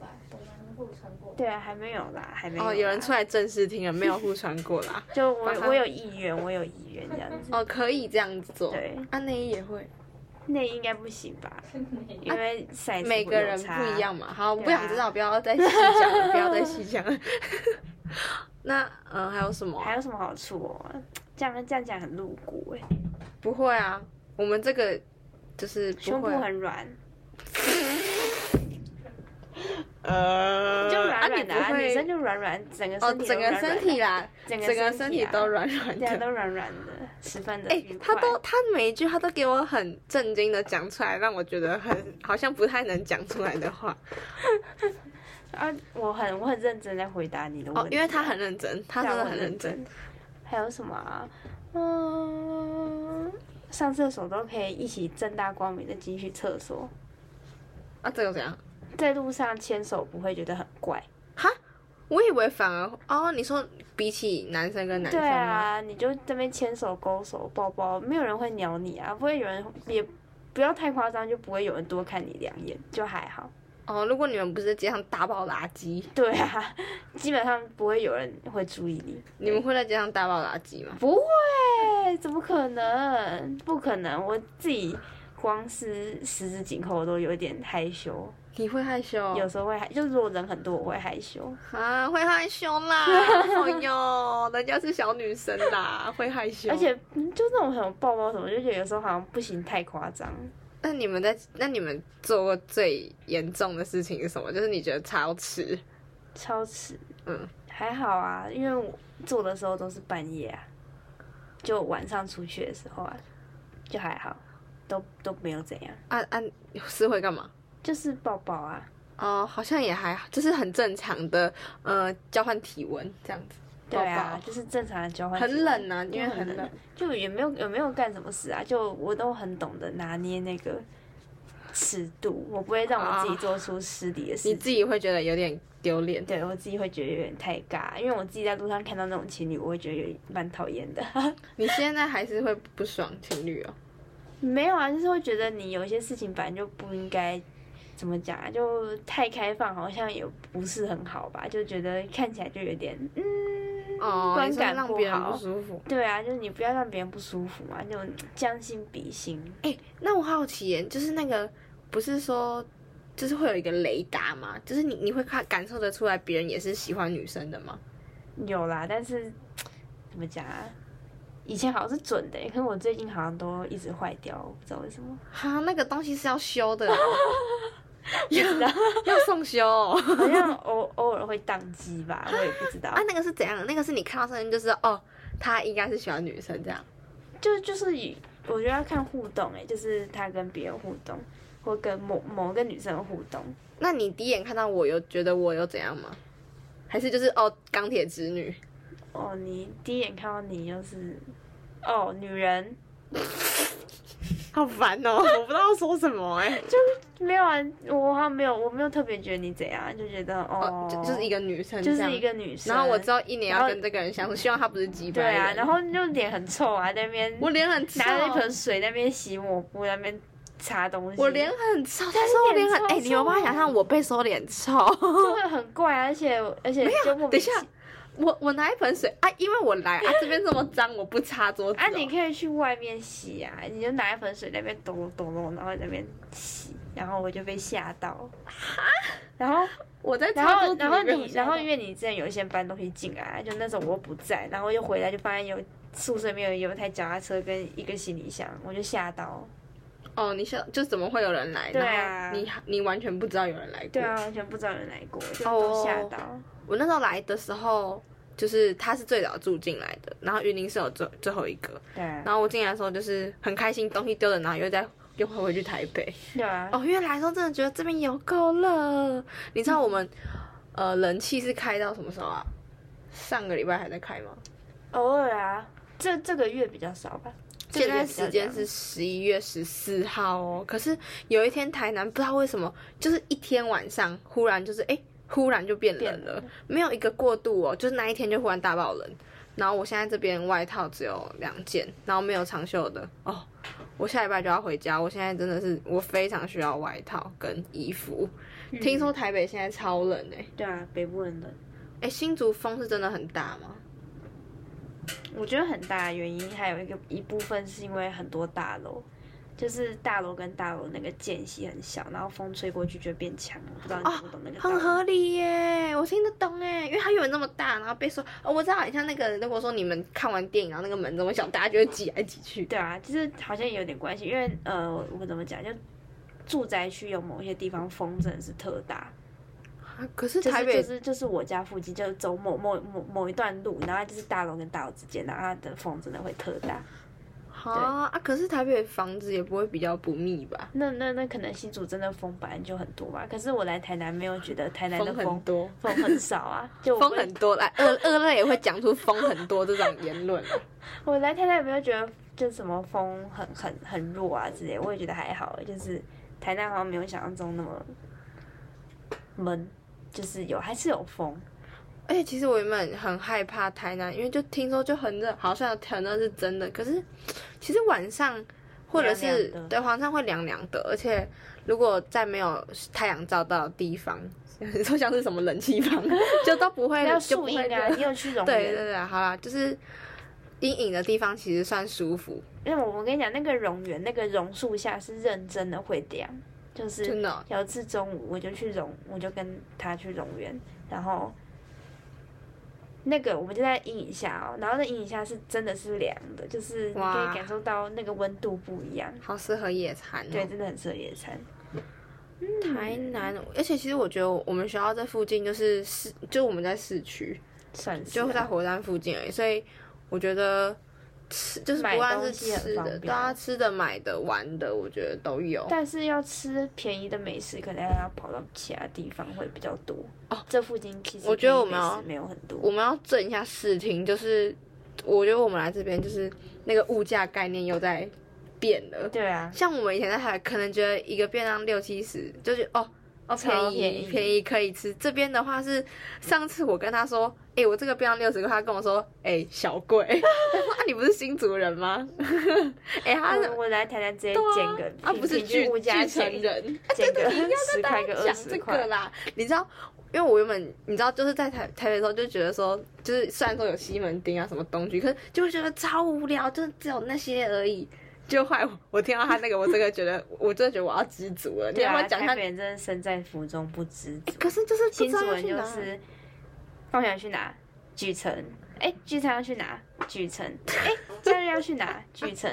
Speaker 2: 对啊，还没有啦，还没有啦。
Speaker 1: 哦，有人出来正式听了，没有互传过 啦。
Speaker 2: 就我
Speaker 1: 把它
Speaker 2: 我有意愿，我有意愿这样子。
Speaker 1: 哦，可以这样子做。
Speaker 2: 对，
Speaker 1: 啊，内衣也会，
Speaker 2: 内应该不行吧？因为 size
Speaker 1: 啊每个人
Speaker 2: 有差
Speaker 1: 不一样。嘛。好，我不
Speaker 2: 对啊
Speaker 1: 想知道，不要再细讲了，不要再细讲了。 那嗯，还有什么啊？
Speaker 2: 还有什么好处哦？这样这样讲很露骨哎、
Speaker 1: 不会啊，我们这个就是
Speaker 2: 胸
Speaker 1: 不
Speaker 2: 部
Speaker 1: 会。啊
Speaker 2: 很软，
Speaker 1: 呃，
Speaker 2: 就软软的、
Speaker 1: 啊，你不会
Speaker 2: 女生就软软，整个
Speaker 1: 哦，
Speaker 2: 身体都
Speaker 1: 整个
Speaker 2: 软
Speaker 1: 身
Speaker 2: 软
Speaker 1: 体
Speaker 2: 的，
Speaker 1: 啦，
Speaker 2: 整
Speaker 1: 整个身
Speaker 2: 身
Speaker 1: 体
Speaker 2: 啊
Speaker 1: 都，软软
Speaker 2: 对啊，
Speaker 1: 的。
Speaker 2: 都啊软软的，十分的
Speaker 1: 哎、
Speaker 2: 愉
Speaker 1: 他
Speaker 2: 快
Speaker 1: 都他每一句他都给我很震惊的讲出来，让我觉得很好像不太能讲出来的话
Speaker 2: 啊，我很我很认真在回答你的问
Speaker 1: 哦
Speaker 2: 题，，
Speaker 1: 因为他很认真，他真的很认
Speaker 2: 对啊
Speaker 1: 真。
Speaker 2: 还有什么、啊？嗯，上厕所都可以一起正大光明的进去厕所，
Speaker 1: 啊，这个怎样？
Speaker 2: 在路上牵手不会觉得很怪。
Speaker 1: 我以为反而哦，你说比起男生跟男
Speaker 2: 对
Speaker 1: 生吗？
Speaker 2: 啊，你就这边牵手、勾手、抱抱，没有人会鸟你啊，不会有人也不要太夸张，就不会有人多看你两眼，就还好。
Speaker 1: 哦，如果你们不是在街上大爆垃圾，
Speaker 2: 对啊， 基本上不会有人会注意你。
Speaker 1: 你们会在街上大爆垃圾吗？
Speaker 2: 不会，怎么可能？不可能！我自己光是十指紧扣，我都有点害羞。
Speaker 1: 你会害羞？
Speaker 2: 有时候会害，就是如果人很多，我会害羞。
Speaker 1: 啊，会害羞 啦！哎呦，人家是小女生啦，会害羞。
Speaker 2: 而，且嗯就那种什么抱抱什么，就觉得有时候好像不行，太夸张。
Speaker 1: 那你们在那你们做过最严重的事情是什么？就是你觉得超迟，
Speaker 2: 超时，
Speaker 1: 嗯，
Speaker 2: 还好啊，因为我做的时候都是半夜啊，就晚上出去的时候啊，就还好，都都没有怎样，
Speaker 1: 啊啊，是会干嘛？
Speaker 2: 就是抱抱啊，
Speaker 1: 哦，好像也还好，就是很正常的，呃，交换体温这样子。
Speaker 2: 对啊，
Speaker 1: 抱抱
Speaker 2: 就是正常的交换。
Speaker 1: 很冷啊，因
Speaker 2: 因
Speaker 1: 为
Speaker 2: 为
Speaker 1: 很
Speaker 2: 很
Speaker 1: 冷
Speaker 2: 冷，，就也没有也没有干什么事啊，就我都很懂得拿捏那个尺度，我不会让我自己
Speaker 1: 啊
Speaker 2: 做出失礼的事
Speaker 1: 你
Speaker 2: 情。
Speaker 1: 自己会觉得有点丢脸。
Speaker 2: 对我自己会觉得有点太尬，因为我自己在路上看到那种情侣，我会觉得有点蛮讨厌的。
Speaker 1: 你现在还是会不爽情侣哦？
Speaker 2: 没有啊，就是会觉得你有一些事情本来就不应该，怎么讲啊，就太开放，好像也不是很好吧，就觉得看起来就有点，嗯，
Speaker 1: 哦，
Speaker 2: 观
Speaker 1: 你是
Speaker 2: 感
Speaker 1: 让
Speaker 2: 不
Speaker 1: 别人
Speaker 2: 好
Speaker 1: 不舒服。
Speaker 2: 对啊，就是你不要让别人不舒服嘛，就将心比心。
Speaker 1: 哎、那我好奇耶，就是那个不是说就是会有一个雷达吗？就是你你会看感受得出来别人也是喜欢女生的吗？
Speaker 2: 有啦，但是怎么讲啊？以前好像是准的欸，可是我最近好像都一直坏掉，我不知道为什么。
Speaker 1: 哈，那个东西是要修 的哦、要 要送修哦、
Speaker 2: 好像偶偶尔会宕机吧，我也不知道
Speaker 1: 啊。，那个是怎样？那个是你看到声音就是哦，他应该是喜欢女生这样。
Speaker 2: 就就是以我觉得要看互动，哎，就是他跟别人互动，或跟某某个女生互动，
Speaker 1: 那你第一眼看到我有觉得我有怎样吗？还是就是哦，钢铁直女？
Speaker 2: 哦，你第一眼看到你就是，哦，女人
Speaker 1: 好烦哦，我不知道说什么哎、
Speaker 2: 没有啊，我好像没有，我没有特别觉得你怎样，就觉得
Speaker 1: 哦
Speaker 2: 哦，，
Speaker 1: 就就是一
Speaker 2: 个
Speaker 1: 个女生，
Speaker 2: 就是一。个女生，
Speaker 1: 然后我知道一年
Speaker 2: 然
Speaker 1: 要
Speaker 2: 后
Speaker 1: 跟这个人相处，希望他不是鸡巴
Speaker 2: 对
Speaker 1: 人。
Speaker 2: 啊，然后就脸很臭啊，在那边
Speaker 1: 我脸很臭，
Speaker 2: 拿着一盆水在那边洗抹布，在那边擦东西，
Speaker 1: 我脸很臭，但
Speaker 2: 但
Speaker 1: 是
Speaker 2: 是
Speaker 1: 我脸很
Speaker 2: 脸
Speaker 1: 哎、
Speaker 2: 臭
Speaker 1: 你有办法想象我被说脸臭？
Speaker 2: 就会很怪啊，而且而且就莫名
Speaker 1: 等一下
Speaker 2: 其
Speaker 1: 我我拿一盆水啊，因为我来啊，这边这么脏，我不擦桌子、哦。
Speaker 2: 啊，你可以去外面洗啊，你就拿一盆水在那边抖咯抖咯，然后在那边洗，然后我就被吓到，然后
Speaker 1: 我在
Speaker 2: 然
Speaker 1: 擦桌
Speaker 2: 后
Speaker 1: 子，
Speaker 2: 然后
Speaker 1: 被
Speaker 2: 你
Speaker 1: 我吓
Speaker 2: 然后
Speaker 1: 到
Speaker 2: 因为你之前有一些搬东西进来，就那时候我又不在，然后又回来就发现有宿舍里面有有一台脚踏车跟一个行李箱，我就吓到，
Speaker 1: 哦，你想就怎么会有人来？
Speaker 2: 对啊
Speaker 1: 然后你你完全不知道有人来过。
Speaker 2: 对啊，，哦完全不知道有人来过，就都吓到。
Speaker 1: 我那时候来的时候，就是他是最早住进来的，然后云林是有最最后一个，
Speaker 2: 对啊，
Speaker 1: 然后我进来的时候就是很开心，东西丢了，然后又再又回回去台北。
Speaker 2: 对啊，
Speaker 1: 哦，因为来的时候真的觉得这边有够热，你知道我们、呃人气是开到什么时候啊？上个礼拜还在开吗？
Speaker 2: 偶尔啊，这这个月比较少吧。这个
Speaker 1: 现在
Speaker 2: 月比较
Speaker 1: 时间
Speaker 2: 凉
Speaker 1: 是十一月十四号哦，可是有一天台南不知道为什么，就是一天晚上忽然就是哎，忽然就变冷
Speaker 2: 变
Speaker 1: 了
Speaker 2: 冷，
Speaker 1: 没有一个过渡哦，就是那一天就忽然大爆冷。然后我现在这边外套只有两件，然后没有长袖的哦。我下礼拜就要回家，我现在真的是我非常需要外套跟衣服。
Speaker 2: 嗯
Speaker 1: 听说台北现在超冷哎、
Speaker 2: 对啊，北部很冷。
Speaker 1: 哎，新竹风是真的很大吗？
Speaker 2: 我觉得很大的原因还有一个一部分是因为很多大楼，就是大楼跟大楼那个间隙很小，然后风吹过去就会变强。我不知道你懂不懂那个道理、
Speaker 1: 哦很合理耶，我听得懂哎，因为它原本那么大，然后被说哦，我知道，很像那个，如果说你们看完电影，然后那个门这么小，大家就会挤来挤 去。
Speaker 2: 对啊，就是好像也有点关系，因为呃，我我怎么讲，就住宅区有某些地方风真的是特大，
Speaker 1: 啊可是
Speaker 2: 就是
Speaker 1: 台北、
Speaker 2: 就是就是我家附近，就是走某某某某一段路，然后就是大楼跟大楼之间，然后它的风真的会特大。
Speaker 1: 啊啊，可是台北房子也不会比较不密吧？
Speaker 2: 那那那可能新竹真的风本来就很多吧，可是我来台南没有觉得台南的
Speaker 1: 风
Speaker 2: 风
Speaker 1: 很多，
Speaker 2: 风很少啊，就我
Speaker 1: 风
Speaker 2: 不
Speaker 1: 很多，哎来二二类也会讲出风很多这种言论。啊
Speaker 2: 我来台南有没有觉得就什么风很很很弱啊之类？我也觉得还好，就是台南好像没有想象中那么闷，就是有还是有风。
Speaker 1: 而且其实我原本很害怕台南，因为就听说就很热，好像很热是真的。可是其实晚上或者是
Speaker 2: 凉凉的
Speaker 1: 对晚上会凉凉的，而且如果在没有太阳照到的地方， 就像是什么冷气房，就都不会
Speaker 2: 要
Speaker 1: 就不
Speaker 2: 树
Speaker 1: 会
Speaker 2: 荫啊，
Speaker 1: 热
Speaker 2: 你有去容
Speaker 1: 对对
Speaker 2: 园？
Speaker 1: 对，好啦，就是阴影的地方其实算舒服
Speaker 2: 因为我我跟你讲，那个榕园那个榕树下是认真的会凉，就是
Speaker 1: 真的哦、
Speaker 2: 有一次中午我就去榕，我就跟他去榕园，然后那个我们就在阴影下哦，然后那阴影下是真的是凉的，就是你可
Speaker 1: 哇
Speaker 2: 以感受到那个温度不一样，
Speaker 1: 好适合野餐、哦。
Speaker 2: 对，真的很适合野餐。
Speaker 1: 台南，而且其实我觉得我们学校这附近就是市，就我们在市区，
Speaker 2: 算是、
Speaker 1: 就在
Speaker 2: 啊、
Speaker 1: 火车站附近而已，所以我觉得吃就是
Speaker 2: 买
Speaker 1: 不管是
Speaker 2: 东西很
Speaker 1: 吃
Speaker 2: 方
Speaker 1: 的，
Speaker 2: 便
Speaker 1: 对啊，吃的、买的、玩的，我觉得都有。
Speaker 2: 但是要吃便宜的美食，可能要跑到其他地方会比较多。哦，这附近其实
Speaker 1: 我觉得我
Speaker 2: 便宜
Speaker 1: 们
Speaker 2: 美
Speaker 1: 要
Speaker 2: 食没有很多，
Speaker 1: 我们要正一下视听，就是我觉得我们来这边就是那个物价概念又在变了。
Speaker 2: 对啊，
Speaker 1: 像我们以前在台，可能觉得一个便当六七十，就是哦哦
Speaker 2: 超
Speaker 1: 便宜
Speaker 2: 便宜
Speaker 1: 便宜可以吃。这边的话是上次我跟他说，诶，我这个便当六十块，他跟我说，诶，小贵。 他说啊，你不是新族人吗？诶，哎他是
Speaker 2: 啊我我来台南直接
Speaker 1: 对
Speaker 2: 减
Speaker 1: 啊
Speaker 2: 个
Speaker 1: 啊，
Speaker 2: 平
Speaker 1: 不是
Speaker 2: 平均
Speaker 1: 巨
Speaker 2: 物价
Speaker 1: 巨城
Speaker 2: 减
Speaker 1: 人，
Speaker 2: 减个十
Speaker 1: 大
Speaker 2: 块
Speaker 1: 家
Speaker 2: 跟
Speaker 1: 讲
Speaker 2: 二
Speaker 1: 这
Speaker 2: 十
Speaker 1: 个
Speaker 2: 块，
Speaker 1: 啦，你知道，因为我原本你知道，就是在台台北的时候就觉得说，就是虽然说有西门町啊什么东区，可是就会觉得超无聊，就是只有那些而已。就后来我我听到他那个，我这个觉得，我真的觉得我要知足 了。你
Speaker 2: 对
Speaker 1: 要不
Speaker 2: 啊，
Speaker 1: 要讲一下
Speaker 2: 台？北人真的身在福中不知足。
Speaker 1: 可是就是不
Speaker 2: 新
Speaker 1: 知道
Speaker 2: 主
Speaker 1: 要
Speaker 2: 人
Speaker 1: 去
Speaker 2: 就
Speaker 1: 哪。
Speaker 2: 是放学要去哪？巨城。哎、聚餐要去哪？巨城。 哎、假日要去哪？巨城。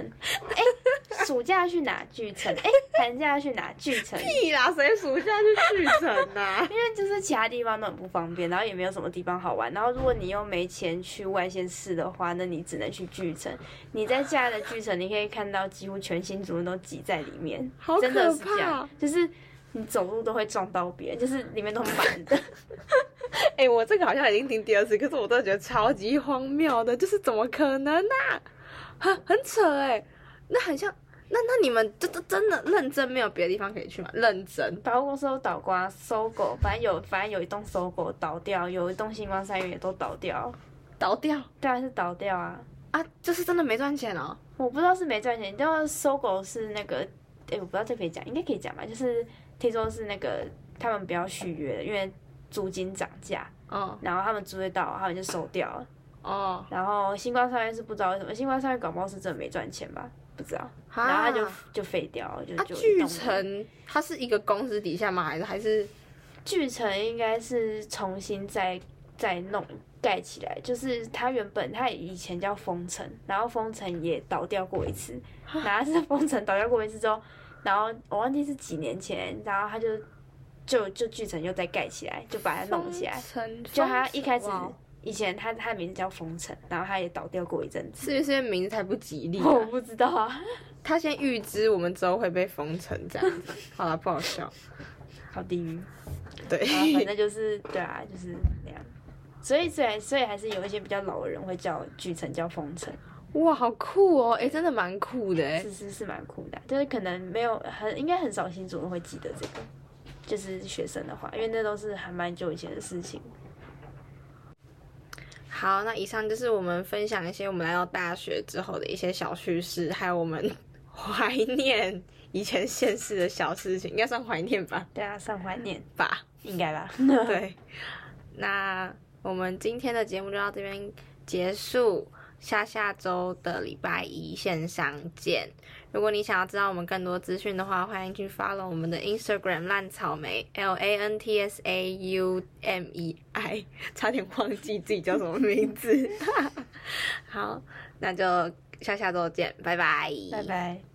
Speaker 2: 哎、暑假要去哪？巨城。哎、寒假要去哪？巨城。因
Speaker 1: 屁啦，谁暑假去巨城呐、啊？
Speaker 2: 为就是其他地方都很不方便，然后也没有什么地方好玩。然后如果你又没钱去外县市的话，那你只能去巨城。你在假日的巨城，你可以看到几乎全新主人都挤在里面，
Speaker 1: 好可
Speaker 2: 真的是这
Speaker 1: 怕
Speaker 2: 样，！就是你走路都会撞到别人，就是里面都满的。
Speaker 1: 哎、我这个好像已经听第二次，可是我真的觉得超级荒谬的，就是怎么可能呢、很很扯哎、那很像，那那你们这这真的认真没有别的地方可以去吗？认真
Speaker 2: 百货公司都倒光啊，搜狗，反正有，反正有一栋搜狗倒掉，有一栋星光三月也都倒掉，
Speaker 1: 倒掉
Speaker 2: 对啊，是倒掉啊。
Speaker 1: 啊，就是真的没赚钱哦。
Speaker 2: 我不知道是没赚钱，但是搜狗是那个，哎、我不知道这可以讲，应该可以讲吧？就是听说是那个他们不要续约了，因为租金涨价，
Speaker 1: 哦
Speaker 2: 然后他们租得到，他们就收掉了。
Speaker 1: 哦，
Speaker 2: 然后星光三月是不知道为什么，星光三月广告是真的没赚钱吧？不知道，
Speaker 1: 哈
Speaker 2: 然后他就就废掉了，就
Speaker 1: 啊，
Speaker 2: 就一
Speaker 1: 巨
Speaker 2: 栋没有
Speaker 1: 城它是一个公司底下吗？还是还是
Speaker 2: 巨城应该是重新再再弄盖起来，就是它原本它以前叫封城，然后封城也倒掉过一次，然后是封城倒掉过一次之后，然后我忘记是几年前，然后它就就就巨城又再盖起来，就把它弄起来
Speaker 1: 封。城？
Speaker 2: 就它
Speaker 1: 封城
Speaker 2: 一开始
Speaker 1: 哇哦
Speaker 2: 以前它它的名字叫封城，然后它也倒掉过一阵子。
Speaker 1: 是不是因为名字太不吉利、
Speaker 2: 我
Speaker 1: 啊？
Speaker 2: 不知道啊，
Speaker 1: 他先预知我们之后会被封城这样子。好了，不好笑。
Speaker 2: 好地狱。
Speaker 1: 对，
Speaker 2: 啊，反正就是对啊，就是那样。所以虽然所以还是有一些比较老的人会叫巨城叫封城，
Speaker 1: 哇，好酷哦！哎、真的蛮酷的哎。
Speaker 2: 是是是蛮酷的啊，就是可能没有很应该很少新主任会记得这个，就是学生的话，因为那都是还蛮久以前的事情。
Speaker 1: 好，那以上就是我们分享一些我们来到大学之后的一些小趣事，还有我们 怀念以前现世的小事情，应该算怀念吧？
Speaker 2: 对啊，上怀念
Speaker 1: 吧，
Speaker 2: 应该吧。
Speaker 1: 对。那我们今天的节目就到这边结束，下下周的礼拜一线上见。如果你想要知道我们更多资讯的话，欢迎去 follow 我们的 Instagram 烂草莓 L A N T S A U M E I，差 点忘记自己叫什么名 字。好，那就下下周见，拜拜，
Speaker 2: 拜拜。